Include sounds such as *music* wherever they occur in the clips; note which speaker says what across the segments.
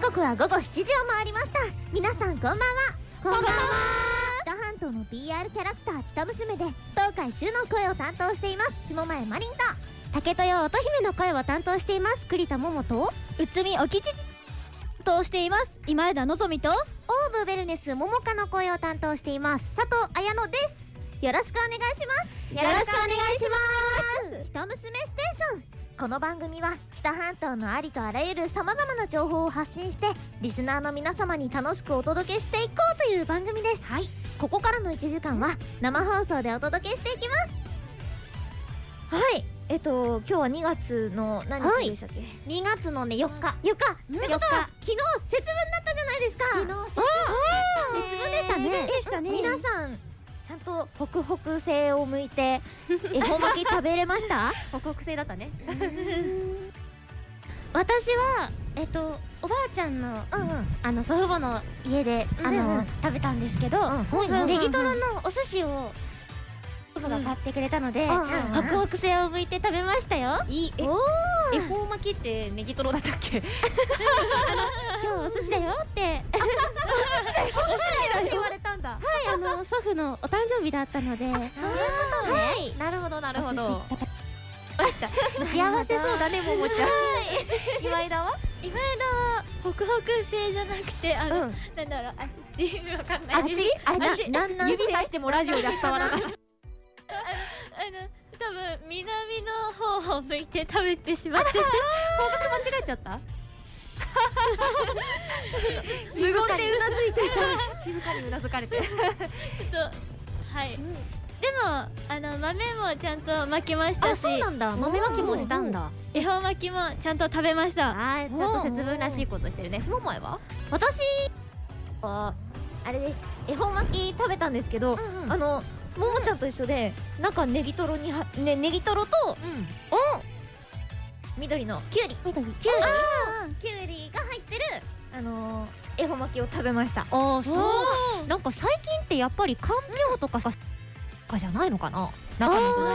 Speaker 1: 刻は午後7時を回りました皆さんこんばんはこんばんは北半島の PR キャラクター「ちた娘」で東海州の声を担当しています下前マリンと竹豊乙姫の声を担当しています栗田桃と
Speaker 2: 宇都宮おきちとしています今枝のぞみと
Speaker 1: オーブベルネス桃花の声を担当しています佐藤彩乃ですよろしくお願いします
Speaker 2: よろしくお願いし
Speaker 1: ます下娘ステーションこの番組は北半島のありとあらゆる様々な情報を発信してリスナーの皆様に楽しくお届けしていこうという番組ですはいここからの1時間は生放送でお届けしていきますはいえっと今日は2月の何
Speaker 2: 日で
Speaker 1: したっけ、2月のね4日4日ってこと
Speaker 2: 4
Speaker 1: は昨日節
Speaker 2: 日
Speaker 1: 分だったじゃないですか
Speaker 2: おー
Speaker 1: 節分でしたね
Speaker 2: でしたね
Speaker 1: 皆さんちゃんとホクホク性を向いて恵方巻き食べれました
Speaker 2: 報告制だったね
Speaker 3: 私はえっとおばあちゃんの
Speaker 1: うんうん
Speaker 3: あの祖父母の家であ
Speaker 1: うんうんう
Speaker 3: の
Speaker 1: ん
Speaker 3: 食べたんですけど
Speaker 1: はいはいはいはい
Speaker 3: ネギトロのお寿司を祖母が買ってくれたので
Speaker 1: うんうんうん
Speaker 3: ホクホク性を向いて食べましたよ
Speaker 2: いいえ
Speaker 3: おー
Speaker 2: 恵方巻きってネギトロだったっけ
Speaker 3: 今日お寿司だよって
Speaker 1: *laughs*
Speaker 3: はい
Speaker 2: 言われたんだ
Speaker 3: あの祖父のお誕生日だったのではい
Speaker 2: なるほどなるほど
Speaker 3: 幸
Speaker 2: 幸
Speaker 3: せ
Speaker 2: せ
Speaker 3: そう
Speaker 2: そうだねももちゃん今枝は
Speaker 4: 意外だホクホク製じゃなくてあの、
Speaker 1: うん
Speaker 4: なんだろうあっちわかんない
Speaker 1: あっちあれ
Speaker 2: あっ
Speaker 1: な
Speaker 2: ち
Speaker 1: なんなん
Speaker 2: 指さしてもラジオで伝わらない
Speaker 4: あの多分南の方を向いて食べてしま
Speaker 2: *laughs*
Speaker 4: ってて
Speaker 2: 間違えちゃった
Speaker 1: 静かにうなずいていた
Speaker 2: 静かにうなずかれて
Speaker 4: ちょっとはい、でもあの豆もちゃんと巻きました
Speaker 1: あ
Speaker 4: し
Speaker 1: そうなんだ豆まきもしたんだ
Speaker 4: 恵方巻きもちゃんと食べました
Speaker 2: あーちょっと節分らしいことしてるねその前は
Speaker 1: 私
Speaker 2: あ
Speaker 1: あれです恵方巻き食べたんですけど、あ
Speaker 2: あ
Speaker 1: のももちゃんと一緒で中ネギトロにはねネギトロと
Speaker 2: うん
Speaker 1: 緑のきゅうり緑きゅうりきゅうりが入ってるあのー恵方巻きを食べました
Speaker 2: あ
Speaker 1: お
Speaker 2: そうなんか最近ってやっぱりかんぴょうとかさかじゃないのかな中の具材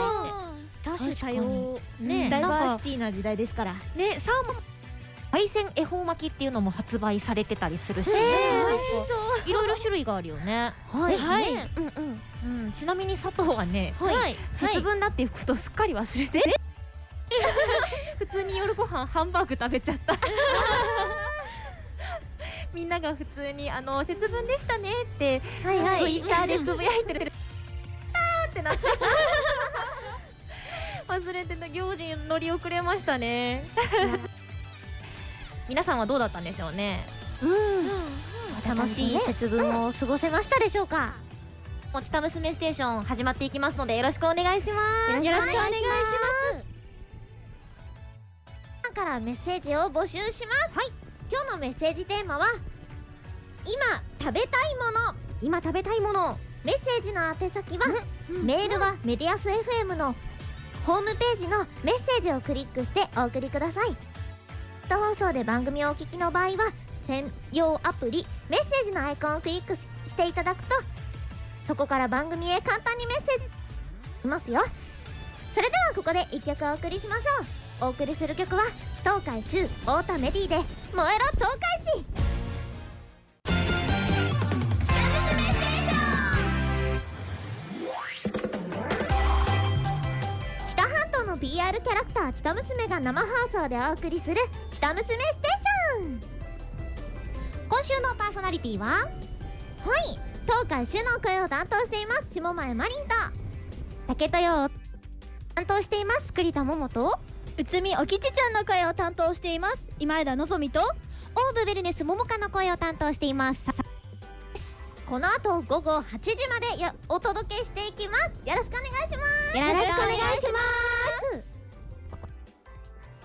Speaker 2: って
Speaker 1: 多種
Speaker 2: 種多
Speaker 1: 多
Speaker 2: 様
Speaker 1: 様
Speaker 2: ね
Speaker 1: ダイバ
Speaker 2: なん
Speaker 1: ーシ
Speaker 2: か
Speaker 1: ティな時代ですから
Speaker 2: ねサーモン海鮮恵方巻きっていうのも発売されてたりするし、ねいろいろ種類があるよね、
Speaker 1: は
Speaker 4: ですね
Speaker 1: い、うんうん
Speaker 2: うん、ちなみに佐藤はね
Speaker 1: はい、
Speaker 2: 節分だっていうことすっかり忘れて、 *laughs* 普通に夜ご飯ハンバーグ食べちゃった *laughs* みんなが普通にあの節分でしたねって
Speaker 1: はいはい
Speaker 2: ツイッターでつぶやいてる。 *laughs* あーってなって。 *laughs* 忘れてた行事に乗り遅れましたね。 *laughs* 皆さんはどうだったんでしょうね。
Speaker 1: うん楽しい節分を過ごせましたでしょうか、
Speaker 2: おちた娘ステーション始まっていきますのでよろしくお願いします。
Speaker 1: よろしくお願いします。今からメッセージを募集します。はい。今日のメッセージテーマは今食べたいもの。今食べたいもの。メッセージの宛先は、メールはメディアス FM のホームページのメッセージをクリックしてお送りください。と放送で番組をお聞きの場合は専用アプリメッセージのアイコンをクリックししていただくとそこから番組へ簡単にメッセージいますよそれではここで一曲お送りしましょうお送りする曲は東海州太田メディで「燃えろ東海市」北半島の PR キャラクター「ちた娘」が生放送でお送りする「ちた娘ステーション」今週のパーソナリティははい東海州の声を担当しています下前マリンと
Speaker 3: 竹豊を担当しています栗田桃と
Speaker 2: うつみおきちちゃんの声を担当しています。今枝のぞみと。
Speaker 1: オーブベルネス桃花の声を担当していますこの後午後8時までよお届けしていきますよろしくお願いします
Speaker 2: よろしくお願いし
Speaker 1: ま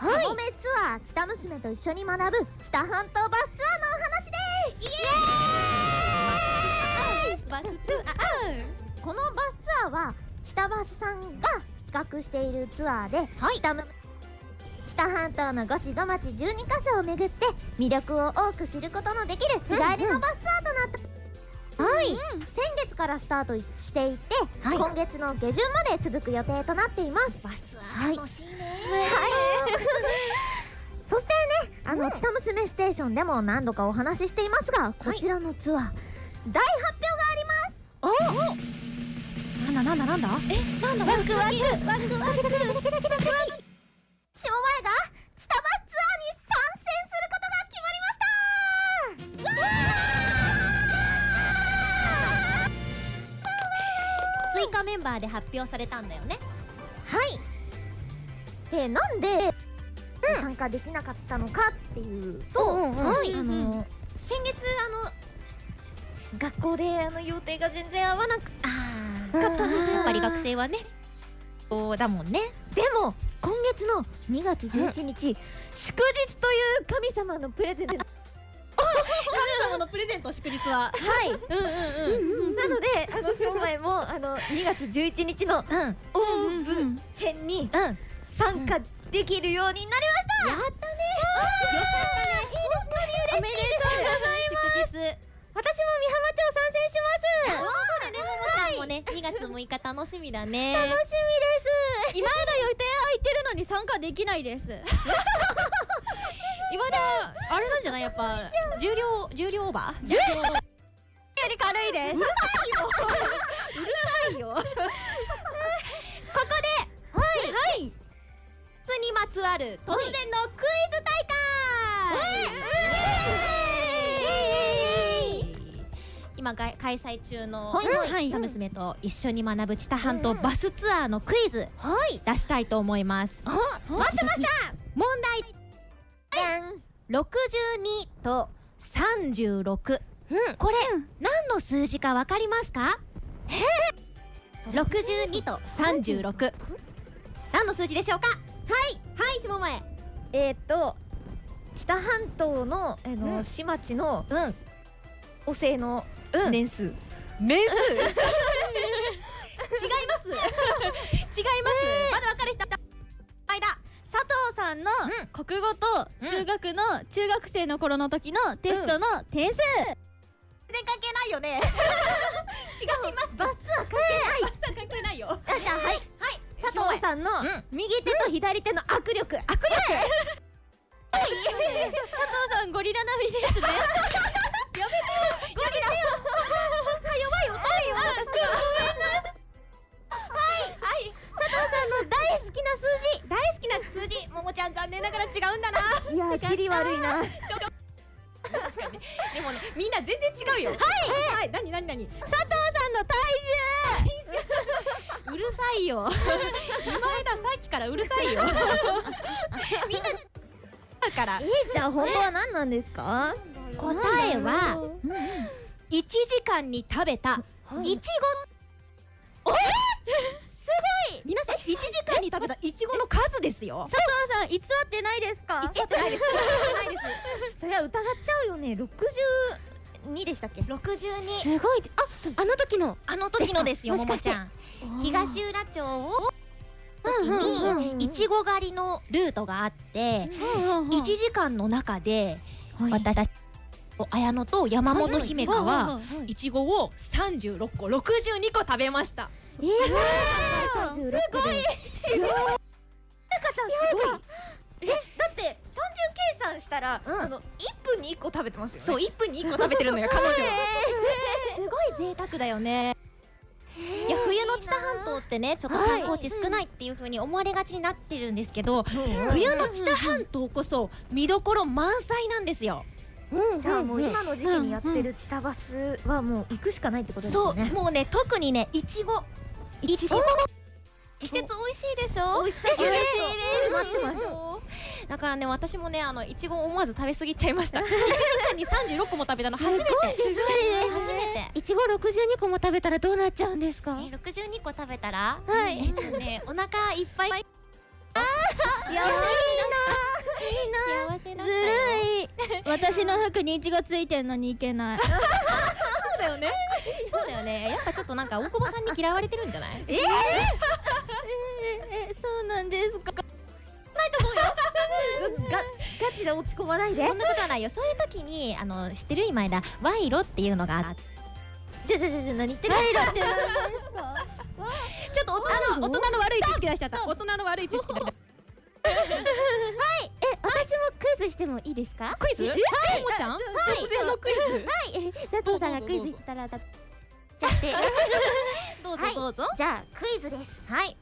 Speaker 1: すはい、カモメツアー、チタ娘と一緒に学ぶチタ半島バスツアーのお話ですイエーイバスツアーこのバスツアーはチタバスさんが企画しているツアーで、チタむ知多半島の五市五町12カ所を巡って魅力を多く知ることのできる日帰りのバスツアーとなった、はい、先月からスタートしていて、
Speaker 3: はい
Speaker 1: 今月の下旬まで続く予定と *laughs* なっていますバスツアー楽しいね、はいそしてねあの、チタ娘ステーションでも何度かお話ししていますがこちらのツアー、大発表があります
Speaker 5: なんだなんだなんだえなんだ
Speaker 1: ワクワクワクワクワクワクワク下前がチタバツアーに参戦することが決まりました
Speaker 2: 追加メンバーで発表されたんだよね
Speaker 1: はいでなんで参加できなかったのかっていうと、はいあの
Speaker 2: 先月あの
Speaker 1: 学校であの予定が全然合わなくて
Speaker 5: あ
Speaker 1: かったんですよ
Speaker 5: ーやっぱり学生はねこうだもんね
Speaker 1: でも今月の2月11日、祝日という神様のプレゼントは
Speaker 2: 神様のプレゼント祝日は
Speaker 1: い
Speaker 2: うんうんうん
Speaker 1: なのであの商売もあの2月11日のオープン編に参加できるようになりました、やったね
Speaker 2: おめでとうございます
Speaker 1: 私も美浜町参戦します
Speaker 2: そうだねももちゃんもね2月6日楽しみだね
Speaker 1: 楽しみです
Speaker 2: 今だ予定空いてるのに参加できないです今だあれなんじゃないやっぱ重量重量オーバー重量より軽い *laughs* で
Speaker 1: い
Speaker 2: す
Speaker 1: いよ
Speaker 2: ここではい、はい、靴にまつわる突然のクイズ大会、イエーイ今が開催中の
Speaker 1: はいはい
Speaker 2: はい下娘と一緒に学ぶ知多半島バスツアーのクイズ
Speaker 1: はい
Speaker 2: 出したいと思います
Speaker 1: お待ってました
Speaker 2: 問題
Speaker 1: じゃん
Speaker 2: 62と36、これ、何の数字かわかりますか62と36何の数字でしょうかはいはい下前
Speaker 1: えっ、と知多半島のあの、
Speaker 2: うん
Speaker 1: 市町の、お歳の年数、
Speaker 2: *laughs*
Speaker 5: 面
Speaker 2: 違います違います、まだ分かる人間佐藤さんの国語と数学の中学生の頃の時のテストの点数、全然関係ない
Speaker 1: *laughs*
Speaker 2: よね違いますバスは関係ないバスは関係ない *laughs* よ
Speaker 1: あじゃあはい
Speaker 2: はい佐
Speaker 1: 佐藤
Speaker 2: 藤
Speaker 1: さ
Speaker 2: さん
Speaker 1: んの右手と左手の握力、握力
Speaker 2: 佐藤さんゴリラ並みですねやめてよゴリラ
Speaker 1: 弱い音だよ私
Speaker 2: *laughs*
Speaker 1: は
Speaker 2: はい
Speaker 1: 佐藤さんの大好きな数
Speaker 2: 大好きな数字ももちゃん残念ながら違うんだな
Speaker 1: 字いやーキリ悪い *laughs* な
Speaker 2: 確かにでもねみんな全然違うよはいはい何何何佐藤さんの体重うるさいよ今枝さっきからうるさいよみんなだから
Speaker 1: えじゃあ本当は何なんですか
Speaker 5: 答えは
Speaker 2: 1時間に食べたいちごおすごい皆さん1時間に食べたいちごの数ですよ
Speaker 5: 佐藤さん偽ってないですか
Speaker 2: 一ってないですないです
Speaker 1: *laughs* それは疑っちゃうよね62でしたっけ
Speaker 2: 62
Speaker 6: すごいああの時の
Speaker 2: あの時のですよ
Speaker 6: ですか
Speaker 2: ももちゃん東浦町を時
Speaker 1: うんうんうんうん
Speaker 2: にいちご狩りのルートがあって1時間の中で私たち綾乃と山本姫香はいちごを36個62個食べました
Speaker 1: えー、すごいすごい赤ちゃんすごい
Speaker 6: だって単純計算したら、
Speaker 1: うん
Speaker 6: あの1分に1個食べてますよね
Speaker 2: そう1分に1個食べてるのよ彼女すごい贅沢だよねいや冬の知多半島ってねちょっと観光地少ないっていう風に思われがちになってるんですけど冬の知多半島こそ見どころ満載なんですよ
Speaker 1: じゃあもう今の時期にやってるチタバスはもう行くしかないってことです
Speaker 2: そ
Speaker 1: よ
Speaker 2: う
Speaker 1: ね。
Speaker 2: もうね特にねいちごいちご季節美味しいでしょ美味しいです
Speaker 1: 待ってます
Speaker 2: だからね私もねあのいちご思わず食べ過ぎちゃいました *laughs* 一時間に三十六個も食べたの初めてすごい初めて
Speaker 6: いちご62個も食べたらどうなっちゃうんですか
Speaker 2: え六十二個食べたら
Speaker 6: はい
Speaker 2: えっとねお腹いっぱい
Speaker 1: いや
Speaker 2: 幸せだったずるい
Speaker 3: 私の服にイチゴついてんのにいけない
Speaker 2: そうだよねそうだよねやっぱちょっとなんか大久保さんに嫌われてるんじゃないえ
Speaker 3: えそうなんですか
Speaker 1: ガガチで落ち込まないで
Speaker 2: そん。なことはないよそういう時にあの知ってる今枝賄賂っていうのがあって
Speaker 1: じゃじゃじゃじゃ何言ってるの？
Speaker 2: ちょっと大人の大人の悪い知識出しちゃった。大人の悪い知識出しちゃっ
Speaker 1: え私もクイズイズしてもいいですか
Speaker 2: クイズえもちゃん
Speaker 1: はい
Speaker 2: 突然のクイズ
Speaker 1: はい佐藤さんがクイズしてたら当たっちゃって
Speaker 3: どう
Speaker 1: はい
Speaker 3: ぞどうぞ
Speaker 1: *laughs* じゃあクイズですはい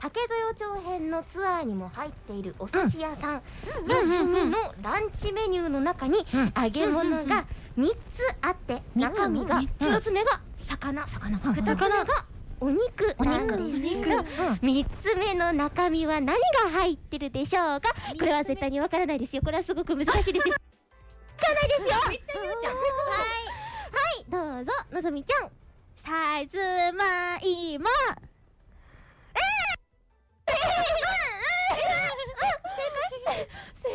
Speaker 1: 竹豊町編のツアーにも入っているお寿司屋さん、よしみのランチメニューの中に
Speaker 2: うん
Speaker 1: 揚げ物が3つあって
Speaker 2: 三つ
Speaker 1: 中身が
Speaker 2: 三つ
Speaker 1: 1つ目が魚
Speaker 2: 魚
Speaker 1: 2つ目がお肉なんですが3つ目の中身は何が入ってるでしょうかこれは絶対にわからないですよこれはすごく難し
Speaker 7: *laughs*
Speaker 1: いですよつかないですよめっちゃ言うじゃんはいはいどうぞのぞみちゃん
Speaker 3: さつまいも
Speaker 1: 正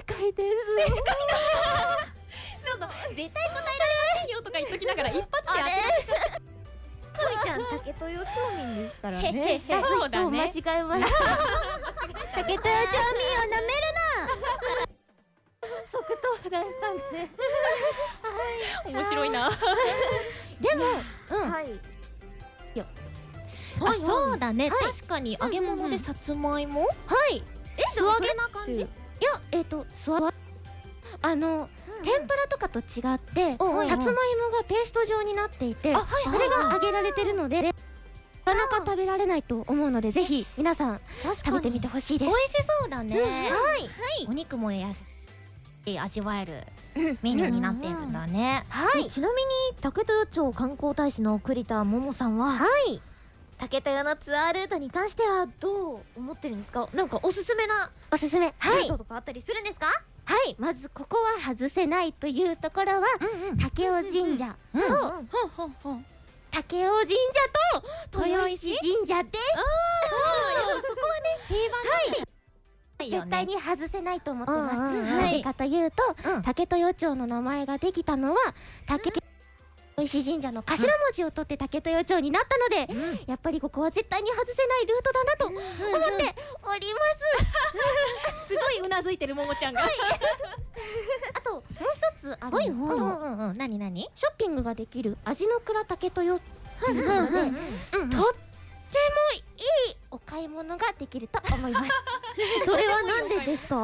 Speaker 1: 解です
Speaker 2: ちょっと絶対答えられませんよとか言っときな *laughs* がら一発で当てられ
Speaker 7: トイちゃん竹豊町民ですからね
Speaker 2: ねそうだね
Speaker 1: 出す人を間違えま *laughs* した
Speaker 3: 竹豊町
Speaker 7: *laughs*
Speaker 3: 民をなめ
Speaker 1: 即答出したんで
Speaker 2: 面白いな
Speaker 1: でも
Speaker 7: はい
Speaker 2: あそうだね、
Speaker 1: はい
Speaker 2: 確かに揚げ物でさつまいも、
Speaker 1: はい
Speaker 2: え素揚げな感
Speaker 1: い
Speaker 2: じ
Speaker 1: やえっ、とすわあの、天ぷらとかと違って、
Speaker 2: うんうんうん
Speaker 1: さつまいもがペースト状になっていて、
Speaker 2: あはい
Speaker 1: それが揚げられてるのでなかなか食べられないと思うのでぜひ皆さん
Speaker 2: 確
Speaker 1: 食べてみてほしいで
Speaker 2: 美
Speaker 1: す
Speaker 2: 味しそうだね、
Speaker 1: うんはい
Speaker 2: お肉もやすい味わえるメニューになっているんだね、
Speaker 7: えちなみに竹豊町観光大使の栗田桃さんは
Speaker 1: はい
Speaker 7: 竹豊のツアールートに関してはどう思ってるんですかなんかおすすめな
Speaker 1: おすすめは
Speaker 7: ル
Speaker 1: い
Speaker 7: ートとかあったりするんですか、
Speaker 1: はいまずここは外せないというところは武雄神社と
Speaker 2: うん
Speaker 3: ほんほんほん
Speaker 1: 武雄神社と豊石神社です
Speaker 2: はいよ
Speaker 1: 絶
Speaker 2: ね
Speaker 1: 対に外せないと思ってます。
Speaker 2: うんうんうん
Speaker 1: なぜかというと、
Speaker 2: うん
Speaker 1: 竹豊町の名前ができたのは竹豊石神社の頭文字を取って竹豊町になったので、
Speaker 2: うん
Speaker 1: やっぱりここは絶対に外せないルートだなと思っております。
Speaker 2: すごいうなずいてるももちゃんがはい
Speaker 1: あともう一つあるんですけど、
Speaker 2: うんうんうん何何
Speaker 1: ショッピングができる味の蔵竹豊っていうので、
Speaker 2: ん
Speaker 1: とってもいいお買い物ができると思い
Speaker 2: *laughs*
Speaker 1: ます。
Speaker 7: それはなんでですか
Speaker 1: と、
Speaker 2: う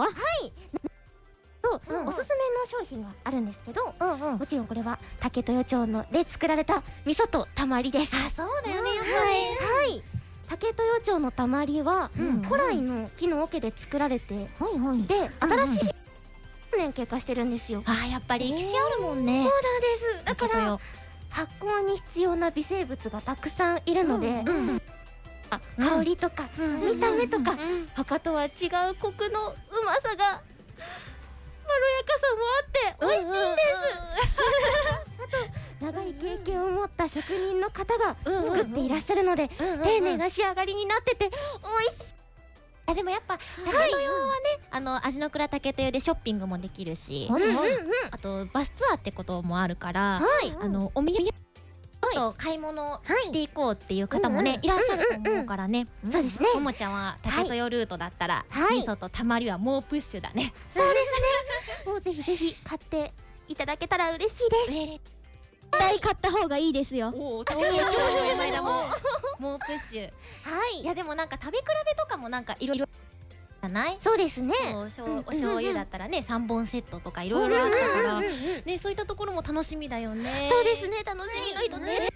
Speaker 2: んうん
Speaker 1: おすすめの商品があるんですけど、
Speaker 2: うんうん
Speaker 1: もちろんこれは竹豊町ので作られた味噌とたまりですあそう
Speaker 2: だよねやっぱ
Speaker 1: はい、はい、竹豊町のたまりは、
Speaker 2: うん
Speaker 1: 古来の木の桶で作られてい
Speaker 7: はいはい
Speaker 1: て新しい年経過してるんですよ、
Speaker 2: あーやっぱり歴史あるもんね
Speaker 1: そうなんですだか
Speaker 2: 竹
Speaker 1: ら
Speaker 2: 豊
Speaker 1: 発酵に必要な微生物がたくさんいるので、
Speaker 2: うんうん
Speaker 1: あ香りとか、
Speaker 2: うん
Speaker 1: 見た目とか、
Speaker 2: うん
Speaker 1: 他とは違うコクのうまさがまろやかさもあって美味しいんです、長い経験を持った職人の方が
Speaker 2: うんうん
Speaker 1: 作っていらっしゃるので、
Speaker 2: うんうんうん
Speaker 1: 丁寧な仕上がりになってて美味しい
Speaker 2: あでもやっぱ竹豊はね、あの味の倉竹豊でショッピングもできるし、
Speaker 1: うんうんうん
Speaker 2: あとバスツアーってこともあるか
Speaker 1: は
Speaker 2: ら、
Speaker 1: い
Speaker 2: あのお土産と買い物していこうっていう方もね、いらっしゃると思うからね、
Speaker 1: そうですね
Speaker 2: ももちゃんは竹豊ルートだったら、
Speaker 1: はい
Speaker 2: 味噌とたまりはもうプッシュだね、
Speaker 1: もうぜひぜひ買っていただけたら嬉しいです
Speaker 2: *laughs*
Speaker 3: 絶対買った方がいいですよ
Speaker 2: おお竹豊町の名前だもんもうプッシュ
Speaker 1: はい
Speaker 2: いやでもなんか食べ比べとかもなんかいろいろじゃない
Speaker 1: そうですね
Speaker 2: おしょうお醤油だったらね3本セットとかいろいろあったからねそういったところも楽しみだよね
Speaker 1: そうですね楽しみの一つで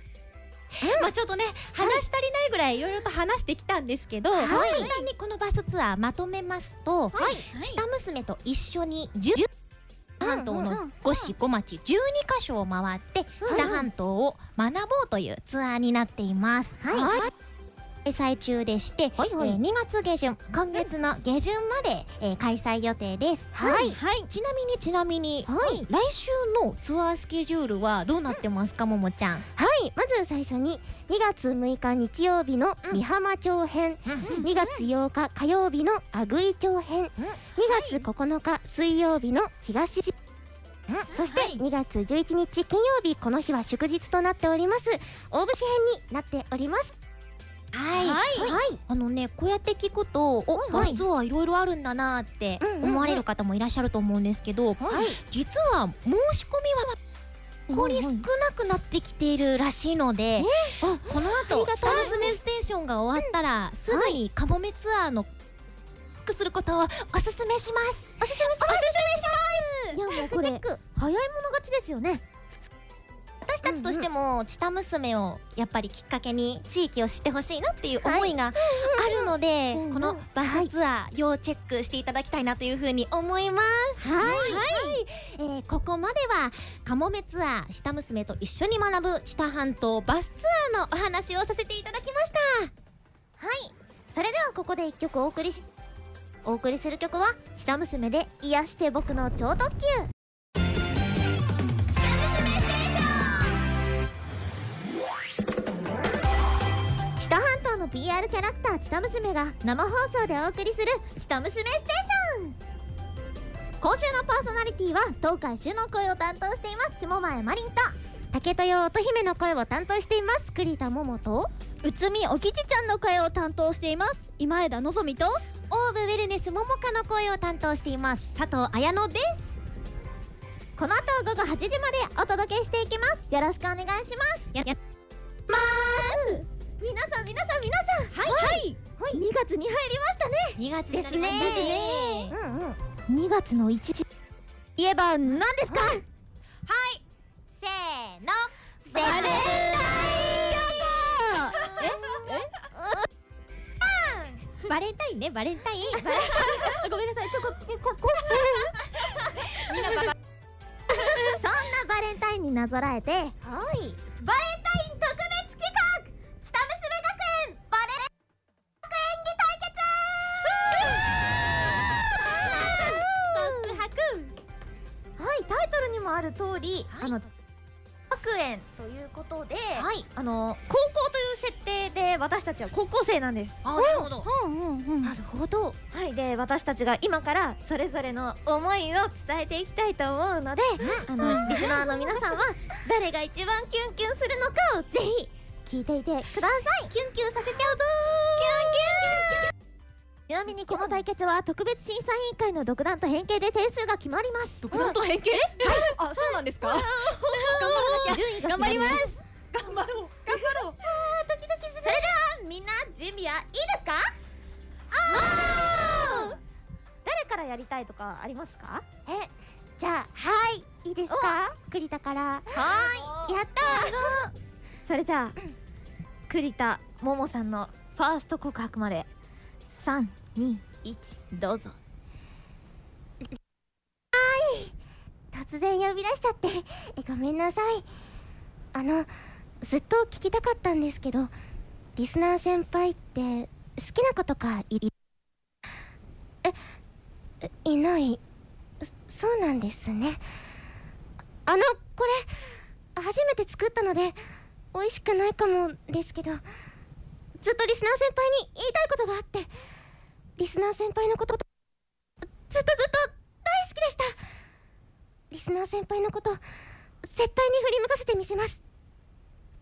Speaker 1: す
Speaker 2: まあちょっとね話し足りないぐらいいろいろと話してきたんですけど、
Speaker 1: い
Speaker 2: 簡単にこのバスツアーまとめます
Speaker 1: は
Speaker 2: と、
Speaker 1: い
Speaker 2: 下娘と一緒に10半島の五市五町12カ所を回って
Speaker 1: うん
Speaker 2: 下半島を学ぼうというツアーになっています。
Speaker 1: はい
Speaker 2: 開催中でして、
Speaker 1: はい
Speaker 2: えー2月下旬今月の下旬まで、えー開催予定です。
Speaker 1: はい
Speaker 2: はいちなみにちなみに、
Speaker 1: はい
Speaker 2: 来週のツアースケジュールはどうなってますか、ももちゃん。
Speaker 1: はいまず最初に2月6日日曜日の美浜町編、2月8日火曜日のあぐい町編、2月9日水曜日の東市そして2月11日金曜日この日は祝日となっております大節編になっております
Speaker 2: はい、
Speaker 1: はい、
Speaker 2: あのねこうやって聞くとお、
Speaker 1: はい
Speaker 2: バスはいろいろあるんだなーって
Speaker 1: うんうんうん
Speaker 2: 思われる方もいらっしゃると思うんですけ
Speaker 1: は
Speaker 2: ど、
Speaker 1: い
Speaker 2: 実は申し込みはここに少なくなってきているらしいので、この
Speaker 1: あり
Speaker 2: 後
Speaker 1: がたい
Speaker 2: スタ娘ステーションが終わったら、すぐにカモメツアーのックすることをおすすめします
Speaker 1: おすすめします
Speaker 3: いやもうこ
Speaker 1: チェ
Speaker 3: れ
Speaker 1: ック早い者勝ちですよね
Speaker 2: 私たちとしてもチタ娘をやっぱりきっかけに地域を知ってほしいなっていう思いがあるので
Speaker 3: うんうん
Speaker 2: このバスツアー要チェックしていただきたいなというふうに思います
Speaker 3: はい
Speaker 2: えーここまではカモメツアーチタ娘と一緒に学ぶチタ半島バスツアーのお話をさせていただきました
Speaker 1: はいそれではここで一曲お送りしお送りする曲は「下娘で癒して僕の超特急」知多半島の PR キャラクター「チタ娘」が生放送でお送りする「チタ娘ステーション」今週のパーソナリティは東海主の声を担当しています下前マリンと
Speaker 3: 竹豊乙姫の声を担当しています栗田桃と
Speaker 4: 内海おきちちゃんの声を担当しています今枝のぞみと
Speaker 2: オーブウェルネスももかの声を担当しています佐藤綾乃です
Speaker 1: この後午後8時までお届けしていきますよろしくお願いします
Speaker 2: やや
Speaker 1: 皆さん皆さん皆さんはいはい、はい、2月に入りましたね
Speaker 2: 2月になりました
Speaker 1: です
Speaker 2: ね
Speaker 1: うんうん
Speaker 3: 2月の1日
Speaker 1: 言えば何ですか
Speaker 2: せーの
Speaker 1: バレンタイン
Speaker 2: バレンタインねバレンタイン
Speaker 4: ごめんなさいチョコつけちゃった
Speaker 1: そんなバレンタインになぞらえてはいバレンタイン特別企画チタ娘学園バレン学園演技対決はいタイトルにもある通り、あの学園ということで、
Speaker 2: はい
Speaker 1: あの高校という設定で私たちは高校生なんです
Speaker 2: あなるほど
Speaker 1: なるほど。はい、で私たちが今からそれぞれの思いを伝えていきたいと思うので、あのリスナーの皆さんは誰が一番キュンキュンするのかをぜひ聞いていてください。キュンキュンさせちゃうぞキュンキュン。ちなみにこの対決は特別審査委員会の独断と偏見で点数が決まります。
Speaker 2: 独断と偏見、はい、あ、そうなんですか
Speaker 1: 順位が
Speaker 4: 頑
Speaker 1: 決。
Speaker 4: 張りますす
Speaker 2: 頑張ろう
Speaker 1: それではみんな準備はいいですか？誰からやりたいとかありますか？
Speaker 3: じゃあはいいいですか栗田か
Speaker 1: は
Speaker 3: ら
Speaker 1: ーいやったーそれじゃあ栗田ももさんのファースト告白まで321どうぞ
Speaker 3: 突然呼び出しちゃってえごめんなさいあのずっと聞きたかったんですけどリスナー先輩って好きな子とかいいえいないそそうなんですねああのこれ初めて作ったので美味しくないかもですけどずっとリスナー先輩に言いたいことがあってリスナー先輩のことずっとずっと大好きでしたリスナー先輩のこと絶対に振り向かせてみせます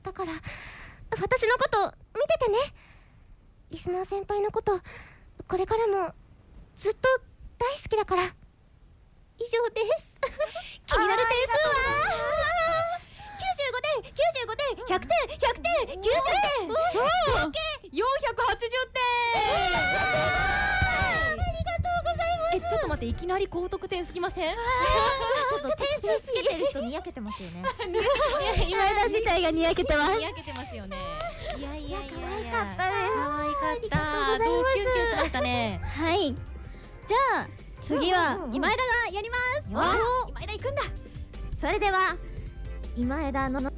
Speaker 3: だから私のこと見ててねリスナー先輩のことこれからもずっと大好きだから以上です
Speaker 2: 気になる点数は95点、95点、100点、100点、90点合計480点ありがとうございますえ、ちょっと待って、いきなり高得点すぎません
Speaker 1: ちょっと点数つけてる人にやけてますよね
Speaker 4: *laughs* 今枝自体がにやけてます
Speaker 2: にやけてますよねいやいやいやいや
Speaker 1: 可愛かったね
Speaker 2: 可愛かったどうキュンキュンしましたね
Speaker 4: はいじゃあ次は
Speaker 1: うんうんうん
Speaker 4: 今枝がやります
Speaker 2: よし
Speaker 4: 今枝行くんだ
Speaker 1: それでは今枝の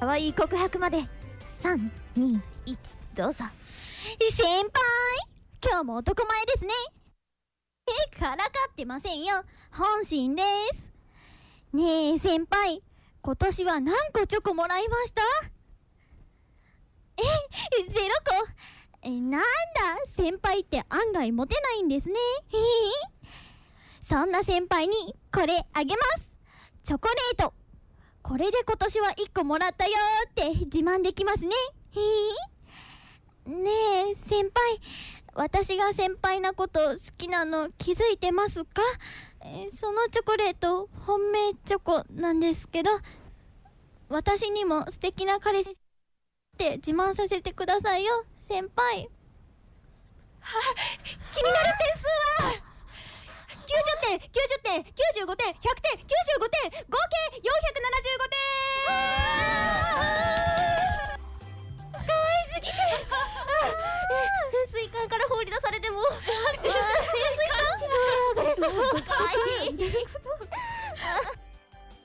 Speaker 1: 可愛い告白まで321どうぞ
Speaker 4: 先輩今日も男前ですねえからかってませんよ本心ですねえ先輩今年は何個チョコもらいましたえゼロ個えなんだ先輩って案外モテないんですねへへへそんな先輩にこれあげますチョコレートこれで今年は1個もらったよーって自慢できますねへへへねえ先輩私が先輩なこと好きなの気づいてますか、えーそのチョコレート本命チョコなんですけど私にも素敵な彼氏って自慢させてくださいよ先輩
Speaker 2: 気になる点数は90点90点95点100点95点合計475点
Speaker 8: 潜水艦から放り出されても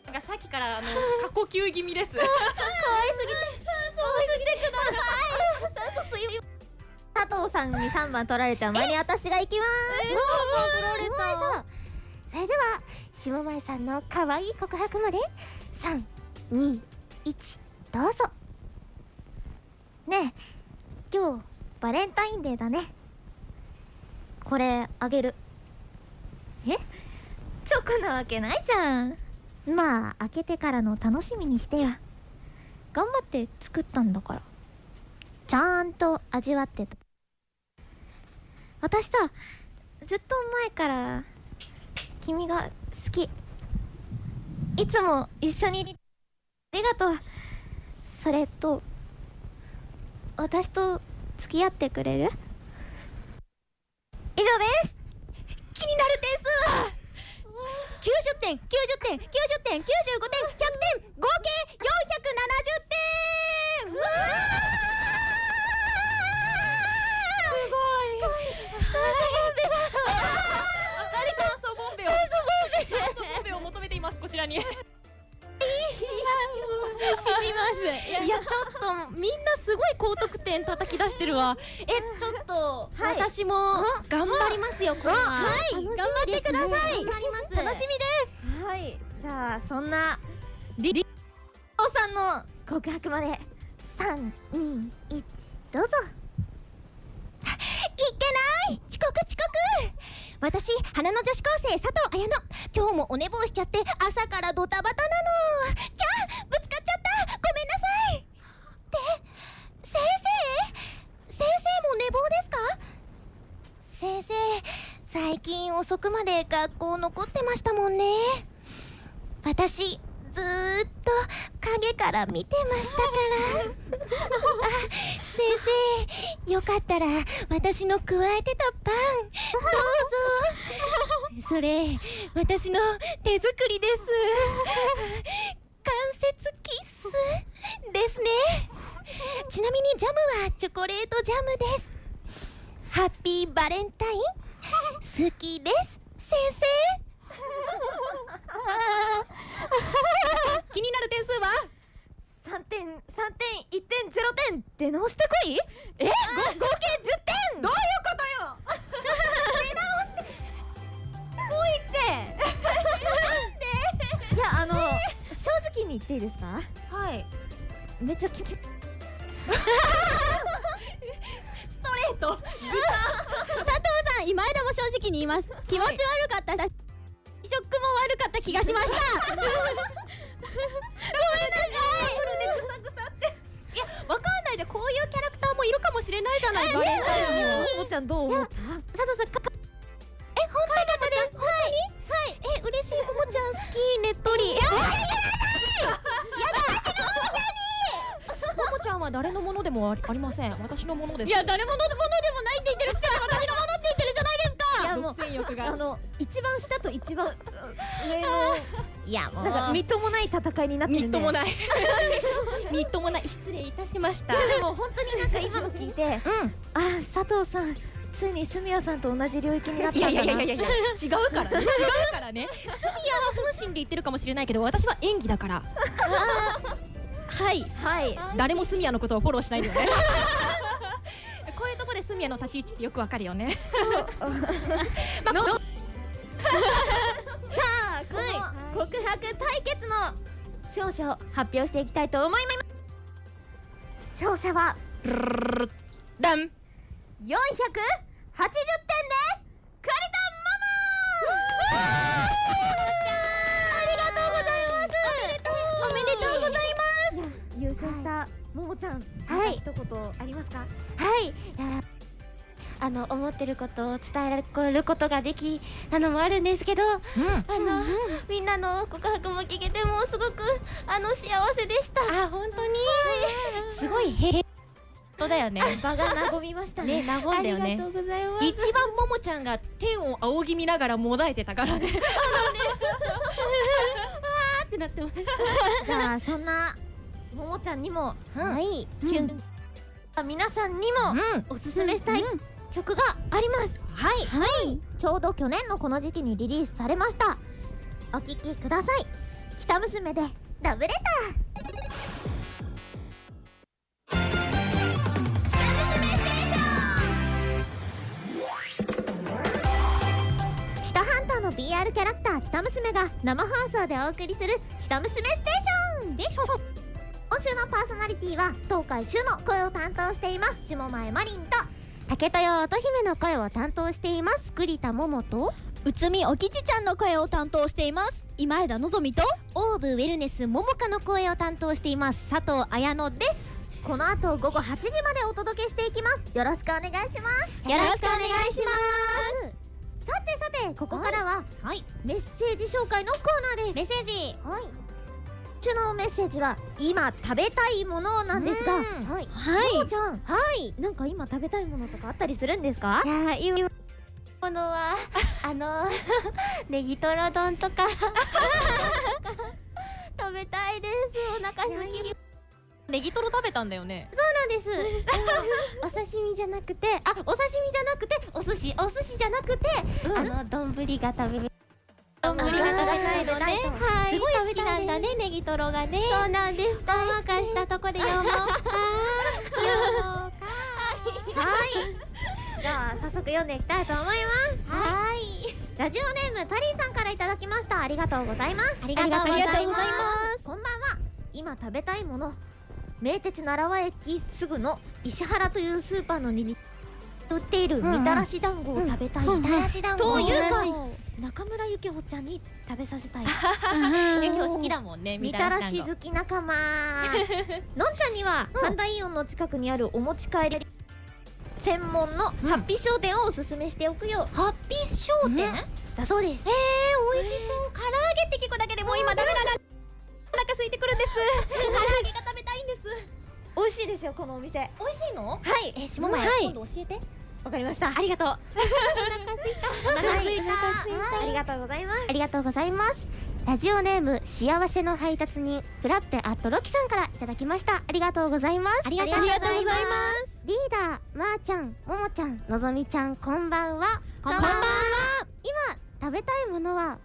Speaker 9: なんかさっきからあ
Speaker 1: *laughs*
Speaker 9: の過呼吸気味です。
Speaker 1: *laughs* 佐藤さんに3番取られちゃう前に私が行きます取られた
Speaker 3: それでは下前さんの可愛い告白まで321どうぞ
Speaker 1: ねえ今日バレンタインデーだねこれあげるえチョコなわけないじゃんまあ開けてからの楽しみにしてよ頑張って作ったんだからちゃんと味わってた私さずっと前から君が好きいつも一緒にいてありがとうそれと私と付き合ってくれる以上です
Speaker 2: 気になる点数は90点90点90点95点100点合計470点うわ
Speaker 9: 酸素ボンベを。酸素ボンベを求めています。こちらに。
Speaker 8: 死にます
Speaker 2: いやちょっとみんなすごい高得点叩き出してるわえちょっと、
Speaker 8: はい
Speaker 2: 私も頑張りますよこれははい
Speaker 3: 頑張ってくださ
Speaker 2: 頑張
Speaker 3: い
Speaker 2: ります楽しみ
Speaker 1: はいじゃあそんなリリおさんの告白まで321どうぞ
Speaker 2: いけない遅刻遅刻私花の女子高生佐藤綾乃今日もお寝坊しちゃって朝からドタバタなのキャーぶつかっちゃったごめんなさいって先生先生も寝坊ですか先生最近遅くまで学校残ってましたもんね私ずーっと影から見てましたから先生よかったら私の加えてたパンどうぞそれ私の手作りです関節キッスですねちなみにジャムはチョコレートジャムですハッピーバレンタイン好きです先生
Speaker 9: *laughs* 気になる点数は。
Speaker 1: 3点3点1点0点出直してこいえご合計10点どういうことよ出直してこいってなんでいやあの正直に言っていいですか
Speaker 9: はい。
Speaker 1: めっちゃきき
Speaker 9: ストレート。
Speaker 8: 今枝も正直に言います気持ち悪かったし、ショックも悪かった気がしました
Speaker 9: わかんないじゃん。こういうキャラクターもいるかもしれないじゃない。バレンタインも。
Speaker 1: もちゃんどう思った
Speaker 3: 佐藤さんかか
Speaker 2: え、本当だ、もちゃん、本当に。はい、え、嬉しい、ももちゃん、好き、ねっとり。やだ、
Speaker 9: ももちゃんは誰のものでもありありません。私のものです。
Speaker 8: いや誰ものものでもないって言ってるくせに私のものって言ってるじゃないですか
Speaker 1: いやもう
Speaker 9: 独占欲
Speaker 1: あ
Speaker 9: が。
Speaker 1: の一番下と一番うん上の
Speaker 2: いや、
Speaker 1: なんかみっともない戦いになってる
Speaker 9: みっと
Speaker 1: ね
Speaker 9: もない。みっともない。失礼いたしました。
Speaker 1: でも本当になんか今の聞いて、あー佐藤さんついに住谷さんと同じ領域になったん
Speaker 9: い
Speaker 1: だ
Speaker 9: や
Speaker 1: ない
Speaker 9: やいやいやいや違うからね違うからねスミヤは本心で言ってるかもしれないけど私は演技だから
Speaker 8: はい
Speaker 1: はい
Speaker 9: 誰もスミヤのことをフォローしないんだよね *laughs* こういうとこでスミヤの立ち位置ってよくわかるよ *laughs* ねまあ *laughs* の
Speaker 1: この告白対決の勝者を発表していきたいと思います勝者は
Speaker 9: ダン
Speaker 1: 480点でカリタママありがとうございますおめでとうございます優勝したももちゃん
Speaker 3: は
Speaker 1: なんか
Speaker 3: い
Speaker 1: 一言ありますか
Speaker 3: はいやあの思ってることを伝えることができたのもあるんですけど、あの、みんなの告白も聞けてもうすごくあの幸せでした
Speaker 2: あ、本当に。すごい、へえ。
Speaker 4: 当だよね
Speaker 1: 場が和みましたね
Speaker 4: ね和んだよ
Speaker 1: あり
Speaker 4: ね
Speaker 1: がとうございます
Speaker 9: 一番ももちゃんが天を仰ぎ見ながらもだえてたからね
Speaker 1: ってなってました
Speaker 3: *laughs*
Speaker 1: じゃあそんなももちゃんにも
Speaker 3: はい
Speaker 1: キュン、皆さんにもおすすめしたい曲があります、はい、はい、ちょうど去年のこの時期にリリースされましたお聴きください「チタ娘」で「ラブレター」チタハンターの BR キャラクターチタ娘が生放送でお送りする「チタ娘ステーション」でしょ今週のパーソナリティは東海柊の声を担当しています下前マリンと
Speaker 3: 竹豊乙姫の声を担当しています栗田桃と
Speaker 8: うつみおきちちゃんの声を担当しています今枝のぞみと
Speaker 2: オーブウェルネス桃香の声を担当しています佐藤綾乃です
Speaker 1: この後午後8時までお届けしていきますよろしくお願いします
Speaker 2: よろしくお願いします
Speaker 1: さてさてここからは、メッセージ紹介のコーナーですメッセージはい中のメッセージは今食べたいものなんですがはいはいももちゃんはいなんか今食べたいものとかあったりするんですか
Speaker 3: いやー今ものはあのネギトロ丼とか食べたいですお腹すきる
Speaker 9: ネギトロ食べたんだよね
Speaker 3: なんですお刺身じゃなくてあお刺身じゃなくてお寿司お寿司じゃなくて、あの丼が食べたい丼が食べたいのね
Speaker 2: すごい好きなんだねネギトロがね
Speaker 3: そうなんです
Speaker 2: ほんわかしたとこでよも
Speaker 1: はいじゃあ早速読んでいきたいと思いますはいラジオネームタリーさんからいただきましたありがとうございますあり
Speaker 2: がとうございます
Speaker 1: こんばんは今食べたいもの名鉄奈良輪駅すぐの石原というスーパーのにに売っているみたらし団子を食べたい、
Speaker 2: みたらし団子
Speaker 1: というか
Speaker 2: み
Speaker 1: 中村ゆきほちゃんに食べさせたい
Speaker 9: ゆきほ好きだもんねみ
Speaker 1: み
Speaker 9: た
Speaker 1: た
Speaker 9: ら
Speaker 1: ら
Speaker 9: し
Speaker 1: し
Speaker 9: 団子
Speaker 1: 好き仲
Speaker 2: *laughs*
Speaker 1: 間のんちゃんには三大イオンの近くにあるお持ち帰り専門のハッピー商店をおすすめしておくよ、
Speaker 2: ハッピー商店、
Speaker 1: ねだそうです
Speaker 2: 美味しそう唐揚げって聞くだけでもう今ダメだなお腹空いてくるんです唐揚げが食べたいんです
Speaker 1: 美味しいですよこのお店
Speaker 2: 美味しいの
Speaker 1: はい
Speaker 2: え下前、
Speaker 1: はい
Speaker 2: 今度教えて
Speaker 1: わかりました
Speaker 2: ありがとう
Speaker 1: お腹すいた
Speaker 3: はい
Speaker 1: ありがとうございます
Speaker 3: ありがとうございますラジオネーム幸せの配達人フラッペアットロキさんからいただきましたありがとうございます
Speaker 2: ありがとうございます
Speaker 3: リーダーまー、ちゃんももちゃんのぞみちゃんこんばんは
Speaker 2: こんばんは
Speaker 3: 食べたいものは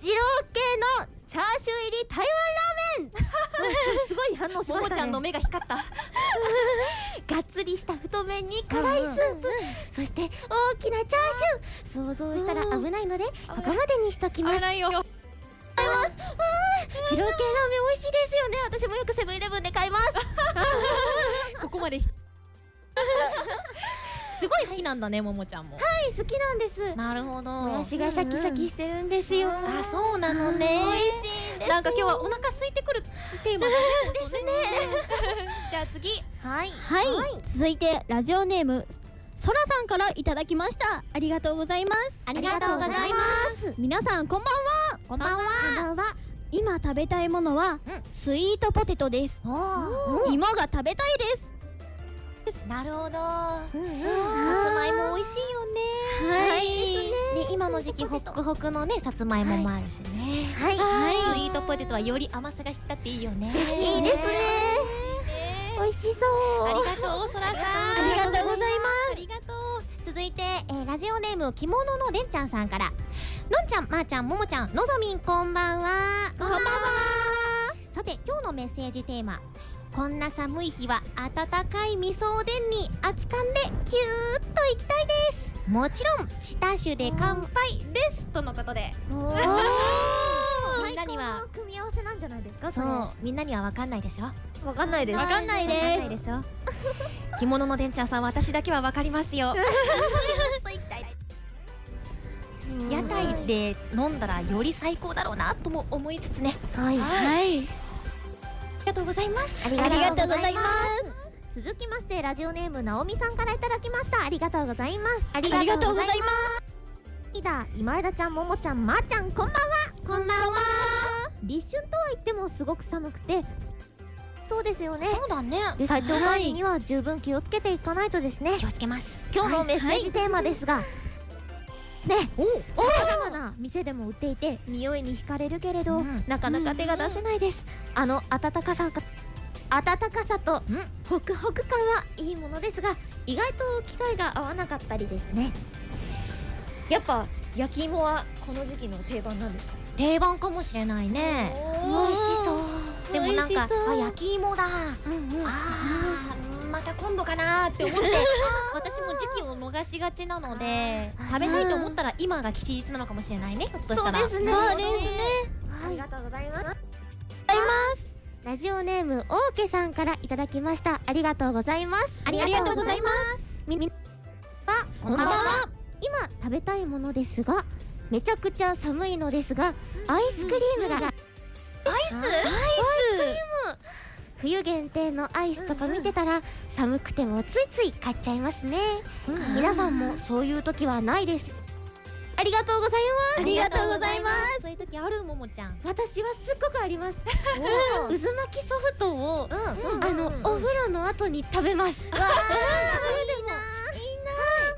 Speaker 3: 二郎系のチャーシュー入り台湾ラーメ
Speaker 1: すごい反応し
Speaker 9: も
Speaker 1: ま
Speaker 9: も
Speaker 1: し
Speaker 9: ちゃ
Speaker 1: た
Speaker 9: んの
Speaker 1: ね
Speaker 9: 目が光った
Speaker 3: ンがっつりした太麺に辛いスープ、そして大きなチャーシュー想像したら危ないのでここまでにしときます
Speaker 9: ないよ
Speaker 3: 二郎系ラーメン美味しいですよね私もよくセブンイレブンで買います
Speaker 9: ここまですごい好きなんだねももちゃんも
Speaker 3: はい好きなんです
Speaker 2: なるほど
Speaker 3: もやしがシャキシャキしてるんですよ、
Speaker 2: あそうなのね
Speaker 3: 美味しいんです
Speaker 9: なんか今日はお腹空いてくるテーマだねですねじゃあ次
Speaker 1: はい
Speaker 8: はい、続いてラジオネームそらさんからいただきましたありがとうございますあ
Speaker 3: りがとうございます
Speaker 8: 皆さんこんばんは
Speaker 3: こんばんはこんばんは
Speaker 8: 今食べたいものは、スイートポテトです芋が食べたいです
Speaker 2: なるほどさ
Speaker 3: うんうん
Speaker 2: つまいも美味しいよね
Speaker 8: はい
Speaker 2: ね今の時期ホックホクのねさつまいももあるしね
Speaker 3: はい
Speaker 2: スイートポテトはより甘さが引き立っていいよね
Speaker 3: いいですね美味しそ
Speaker 2: あ
Speaker 3: う
Speaker 2: りがとうそらさん
Speaker 8: ありがとうございます
Speaker 2: ありがとう続いて、えーラジオネーム着物のでんちゃんさんからのんちゃんまー、ちゃんももちゃんのぞみんこんばんはこんばんはさて今日のメッセージテーマこんな寒い日は温かい味噌おでんに熱燗でキューッといきたいですもちろんシタ酒で乾杯ですとのことで
Speaker 1: お
Speaker 2: お
Speaker 1: ー
Speaker 2: みんなには
Speaker 1: 最高の組み合わせなんじゃないですか
Speaker 2: そ
Speaker 1: れ
Speaker 2: うみんなには分かんないでしょ
Speaker 1: わかんないです
Speaker 9: わかんない
Speaker 2: わかんない
Speaker 9: で
Speaker 2: でし *laughs* ょ着物のでんちゃんさん私だけはわかります *laughs* よ屋台で飲んだらより最高だろうなとも思いつつね
Speaker 3: はい
Speaker 8: はい
Speaker 2: ありがとうございます
Speaker 3: あり
Speaker 8: あり
Speaker 3: が
Speaker 8: が
Speaker 3: と
Speaker 8: と
Speaker 3: う
Speaker 8: う
Speaker 3: ご
Speaker 8: ご
Speaker 3: ざ
Speaker 8: ざ
Speaker 3: い
Speaker 8: いま
Speaker 3: ます
Speaker 8: す
Speaker 1: 続きましてラジオネームなおみさんからいただきましたありがとうございますあ
Speaker 8: ありがとうございます
Speaker 1: リーダー今枝ちゃんももちゃんまー、ちゃんこんばんはこんばんは立春とは言ってもすごく寒くてそうですよね
Speaker 2: そうだね
Speaker 1: 体調管理には十分気をつけていかないとですね
Speaker 2: 気をつけます
Speaker 1: 今日のメッセージテーマですが、ね
Speaker 2: おお
Speaker 1: さまざまな店でも売っていて匂いに惹かれるけれど、
Speaker 2: うん
Speaker 1: なかなか手が出せないです、あの温かさが温かさと
Speaker 2: うん
Speaker 1: ホクホク感はいいものですが意外と機会が合わなかったりですねやっぱ焼き芋はこの時期の定番なんですか
Speaker 2: 定番かもしれないね
Speaker 1: 美味しそう
Speaker 2: でもなん
Speaker 8: 美
Speaker 2: か
Speaker 8: 味しそう
Speaker 2: あ焼き芋だ
Speaker 1: うんうん
Speaker 2: あーまた今度かなーって *laughs* 思って私も時期を逃しがちなので食べたいと思ったら今が吉日なのかもしれないねひょっとしたら
Speaker 1: そうですね
Speaker 8: そうですね
Speaker 1: ありがとうございます
Speaker 3: ラジオネームオーケさんからいただきましたありがとうございます
Speaker 2: ありがとうございます
Speaker 3: みみはこんばんは今食べたいものですがめちゃくちゃ寒いのですがアイスクリームが、アイス冬限定のアイスとか見てたら、寒くてもついつい買っちゃいますね、皆さんもそういう時はないですありがとうございます
Speaker 8: ありがとうございます
Speaker 2: そういう時あるももちゃん
Speaker 3: 私はすっごくあります渦巻きソフトを、あの、お風呂の後に食べます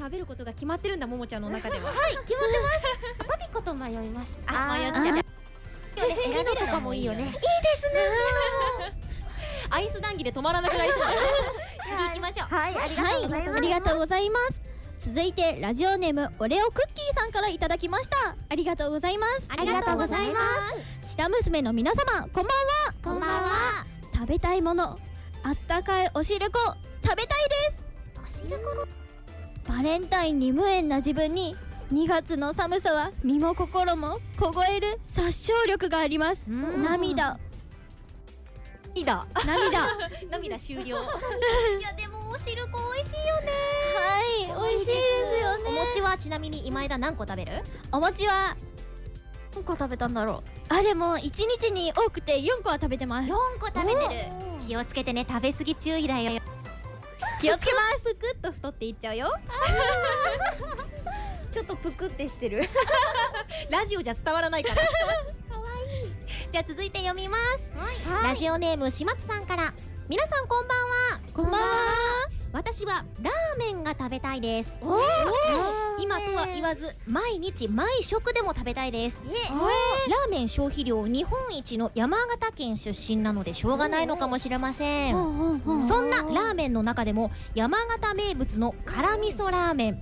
Speaker 9: 食べることが決まってるんだももちゃんの中では
Speaker 3: パピコと迷います
Speaker 2: あ迷っちゃう
Speaker 1: エリノとかもいいよね
Speaker 9: アイス談義で止まらなくな
Speaker 8: *laughs*
Speaker 9: りそう次行きましょう
Speaker 1: はいありがとうございます、
Speaker 8: ありがとうございます続いてラジオネームオレオクッキーさんからいただきましたありがとうございます
Speaker 2: ありがとうございます
Speaker 8: チタ娘の皆様こんばんは
Speaker 2: こんばんは
Speaker 8: 食べたいものあったかいお汁粉食べたいです
Speaker 2: おしるこ
Speaker 8: バレンタインに無縁な自分に2月の寒さは身も心も凍える殺傷力があります
Speaker 2: うん
Speaker 8: 涙
Speaker 9: いいだ
Speaker 8: 涙は
Speaker 9: 涙終了
Speaker 2: いやでもおしるこ美味しいよね
Speaker 8: い美味しいですよ
Speaker 2: お
Speaker 8: ね
Speaker 2: 餅はちなみに今枝何個食べる
Speaker 8: お餅は何個食べたんだろうあでも1日に多くて4個は食べてます
Speaker 2: 4個食べてる気をつけてね食べ過ぎ注意だ
Speaker 8: *laughs*
Speaker 2: よ
Speaker 9: 気をつけますぷくっと太っていっちゃうよ
Speaker 1: ちょっとぷくってしてる
Speaker 9: ラジオじゃ伝わらない
Speaker 8: *laughs*
Speaker 9: から
Speaker 2: じゃあ続いて読みます、
Speaker 1: はい
Speaker 2: ラジオネーム島津さんから皆さんこんばんはこんばんは私はラーメンが食べたいです今とは言わず毎日毎食でも食べたいですラーメン消費量日本一の山形県出身なのでしょうがないのかもしれませんそんなラーメンの中でも山形名物の辛味噌ラーメン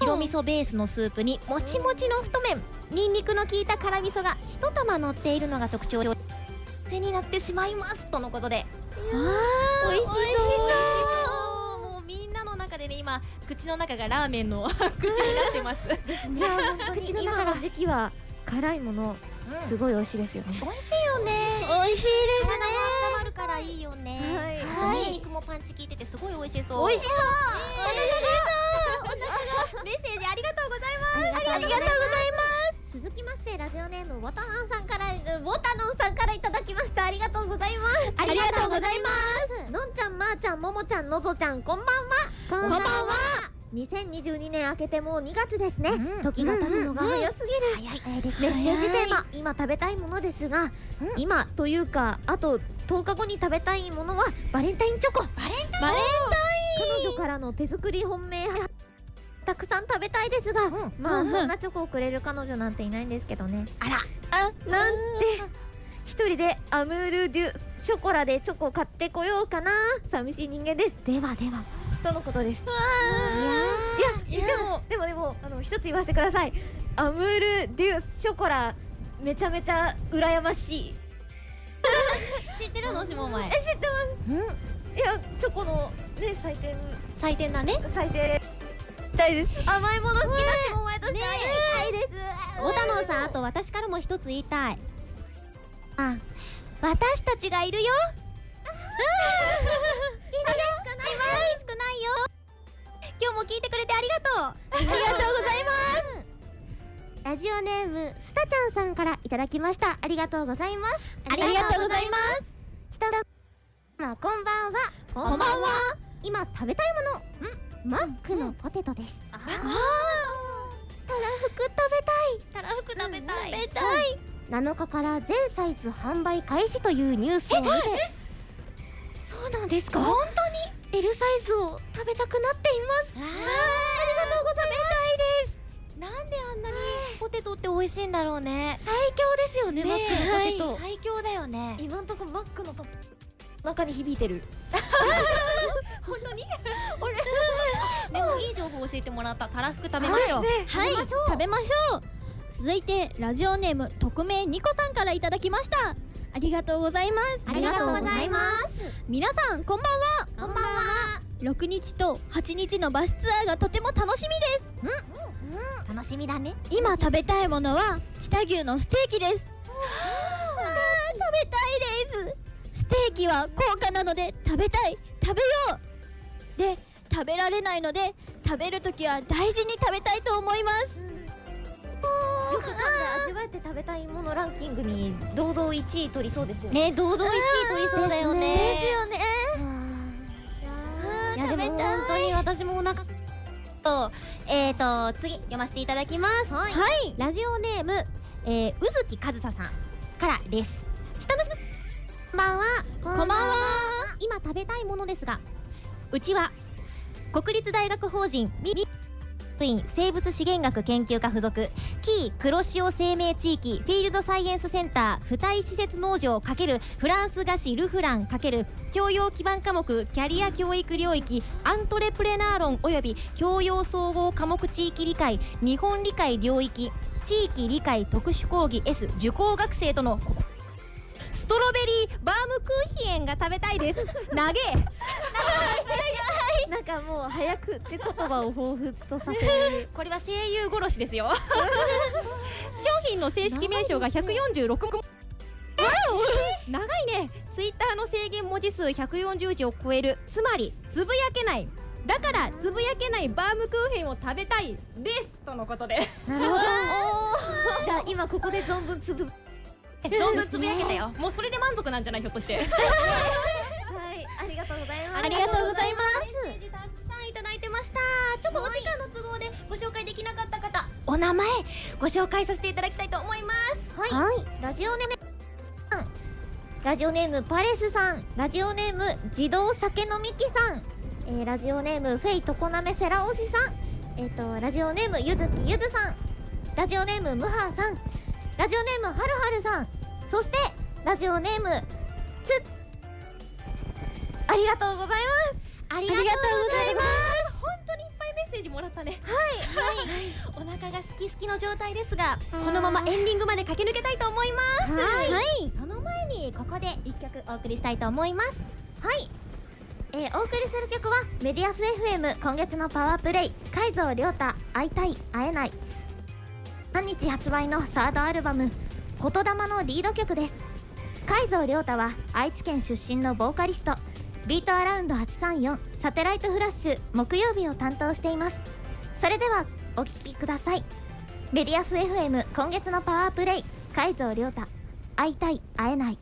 Speaker 2: 白味噌ベースのスープにもちもちの太麺ニンニクの効いた辛味噌が一玉乗っているのが特徴癖になってしまいますとのことで
Speaker 9: 美味しそう
Speaker 2: もうみん
Speaker 9: みんなの中でね今口の中がラーメン
Speaker 2: *laughs*
Speaker 9: の口になってます
Speaker 1: いや本当に今の時期は辛いものすごい美味しいですよね、
Speaker 2: 美味しいよね
Speaker 8: 美味しいです
Speaker 2: 体も温まるからいいよね
Speaker 1: はい
Speaker 2: ニンニクもパンチ効いててすごい美味しそう美味しそうお腹がメッセージありがとうございます
Speaker 1: ありがとうございます。続きましてラジオネームボタンさんからうんボタノンさんからいただきましたありがとうございます。
Speaker 8: ありがとうござい
Speaker 1: ます。のんちゃんまー、ちゃんももちゃんのぞちゃんこんばんは。こんばんは。2022年明けてもう2月ですね。
Speaker 2: うん
Speaker 1: 時が経つのが早すぎる。
Speaker 2: 早い
Speaker 1: えーですね、メッセージテーマ今食べたいものですが、今というかあと10日後に食べたいものはバレンタインチョコ。バレンタイン。彼女からの手作り本命派たくさん食べたいですが、まあそんなチョコをくれる彼女なんていないんですけどね。
Speaker 2: あら
Speaker 1: あなんて一人でアムールデュショコラでチョコ買ってこようかな寂しい人間です。ではではとのことです。いやでもでもでもあの一つ言わせてくださいアムールデュースショコラめちゃめちゃ羨ましい
Speaker 2: 知ってるのしも前
Speaker 1: え知ってますいやチョコのね採点
Speaker 2: 採点だね
Speaker 1: 採点したいです甘いもの好きなしも前としてはやりたいです
Speaker 2: おたのさんあと私からも一つ言いたいあ私たちがいるよ嬉しくないよ今日も聞いてくれてありが *laughs* とう
Speaker 8: ありがとうございます
Speaker 3: ラジオネームスタちゃんさんからいただきましたありがとうございます
Speaker 2: ありがとうございます
Speaker 3: 下田まあこんばんは
Speaker 2: こんばんは
Speaker 3: 今食べたいものマックのポテトです
Speaker 2: あ
Speaker 3: たらふく食べ
Speaker 2: たらふく食べたい食べ
Speaker 3: たい7日から全サイズ販売開始というニュースを見てなんですか本当に L サイズを食べたくなっています
Speaker 2: ありがとうございますなんであんなにポテトって美味しいんだろうね
Speaker 3: 最強ですよね
Speaker 2: ね
Speaker 3: マックのポテ
Speaker 2: え
Speaker 3: ト、
Speaker 2: 最強だよね
Speaker 3: 今んとこマックのポテト中に響いてる
Speaker 9: 本当にでもいい情報教えてもらったたらふく食べましょう、
Speaker 8: はい食べましょう続いてラジオネーム匿名ニコさんからいただきましたありがとうございます
Speaker 1: ありがとうございます
Speaker 8: 皆さんこんばんはこんばんは6日と8日のバスツアーがとても楽しみです
Speaker 2: 楽しみだね
Speaker 8: 今食べたいものは知多牛のステーキですあー食べたいですステーキは高価なので食べたい食べようで食べられないので食べるときは大事に食べたいと思います
Speaker 1: よく噛んで味わえて食べたいものランキングに堂々1位取りそうですよね
Speaker 2: ね堂々1位取りそうだよね
Speaker 8: ですよね
Speaker 2: いやでも
Speaker 8: 食
Speaker 2: 本
Speaker 8: べたい
Speaker 2: 当に私もお腹とえっ、と次読ませていただきますはい、ラジオネーム、えー、宇月和沙さんからです下娘こんばんは
Speaker 1: こんばんは
Speaker 2: 今食べたいものですがうちは国立大学法人ミミ院生物資源学研究科附属キー黒潮生命地域フィールドサイエンスセンター付帯施設農場×フランス菓子ルフラン×教養基盤科目キャリア教育領域アントレプレナー論および教養総合科目地域理解日本理解領域地域理解特殊講義 S 受講学生とのストロベリーバームクーヒエンが食べたいです。投げ
Speaker 1: なんかもう早くって言葉を彷彿とさせる
Speaker 9: これは声優殺し
Speaker 2: *laughs*
Speaker 9: ですよ商品の正式名称が146も長いねツイッターの制限文字数140字を超えるつまりつぶやけないだからつぶやけないバームクーヘンを食べたいですとのことで
Speaker 1: なるほどじゃあ今ここで存分つぶ
Speaker 9: 存 *laughs* 分つぶやけたよもうそれで満足なんじゃないひょっとして
Speaker 2: *laughs*
Speaker 1: はいありがとうございます
Speaker 8: ありがとうございます
Speaker 2: メッセージたくさんいただいてましたちょっとお時間の都合でご紹介できなかった方お名前ご紹介させていただきたいと思います
Speaker 1: はい、ラジオネームラジオネームパレスさんラジオネーム自動酒飲み機さん、えーラジオネームフェイトコナメセラオシさんえっ、とラジオネームゆずきゆずさんラジオネームムハーさんラジオネームはるはるさんそしてラジオネームつありがとうございますありがとうございます
Speaker 2: 本当にいっぱいメッセージもらったね *laughs* はい、はい、お腹がすきすきの状態ですがこのままエンディングまで駆け抜けたいと思いますはい、その前にここで一曲お送りしたいと思います
Speaker 1: はい、えーお送りする曲はメディアス FM 今月のパワープレイ「海蔵亮太会いたい会えない」3日発売のサードアルバム「言霊」のリード曲です海蔵亮太は愛知県出身のボーカリストビートアラウンド834サテライトフラッシュ木曜日を担当していますそれではお聴きくださいメディアス FM 今月のパワープレイ「海蔵亮太会いたい会えない」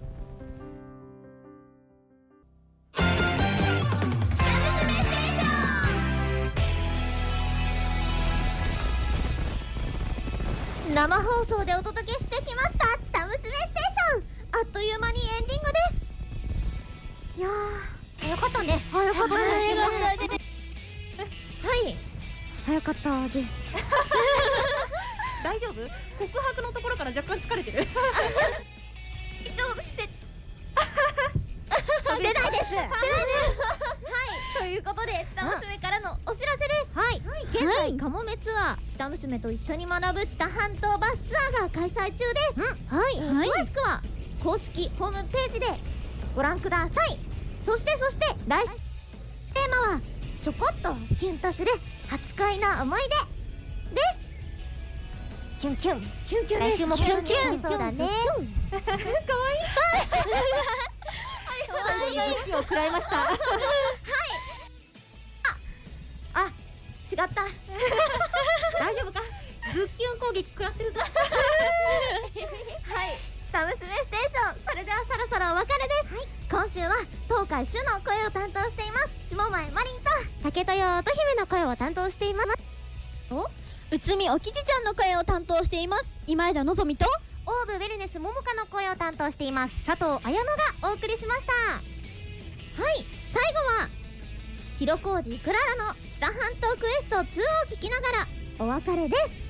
Speaker 1: 生放送でお届けしてきました「チタ娘ステーション」あっという間にエンディングですいやー早かったね早かったねはい早かったです
Speaker 9: 大丈夫告白のところから若干疲れ
Speaker 2: *laughs*
Speaker 9: てる
Speaker 1: 緊張してしてないですしてないですはいということで「チタ娘」からのお知らせですはい、現在かもめツアー「チタ娘」と一緒に学ぶ「チタ半島バスツアー」が開催中ですはい、詳しくは公式ホームページでご覧くださいそしてそして来テーマは「ちょこっとキュンとする初恋の思い出」ですキュンキュンキュンキュン来週もキュンキュンそうだね
Speaker 9: 息を食らいました
Speaker 1: あ違
Speaker 2: *laughs*
Speaker 1: った大丈夫か
Speaker 9: ズッキュン攻撃食らってるぞ
Speaker 1: はい「下娘ステーション」それではそろそろお別れです、今週は東海主の声を担当しています下前マリンと竹豊乙姫の声を担当しています
Speaker 8: 内海おきちちゃんの声を担当しています今枝のぞみと
Speaker 1: オーブウェルネス桃香の声を担当しています佐藤綾乃がお送りしましたはい最後は広小路クララの「知多半島クエスト2」を聞きながらお別れです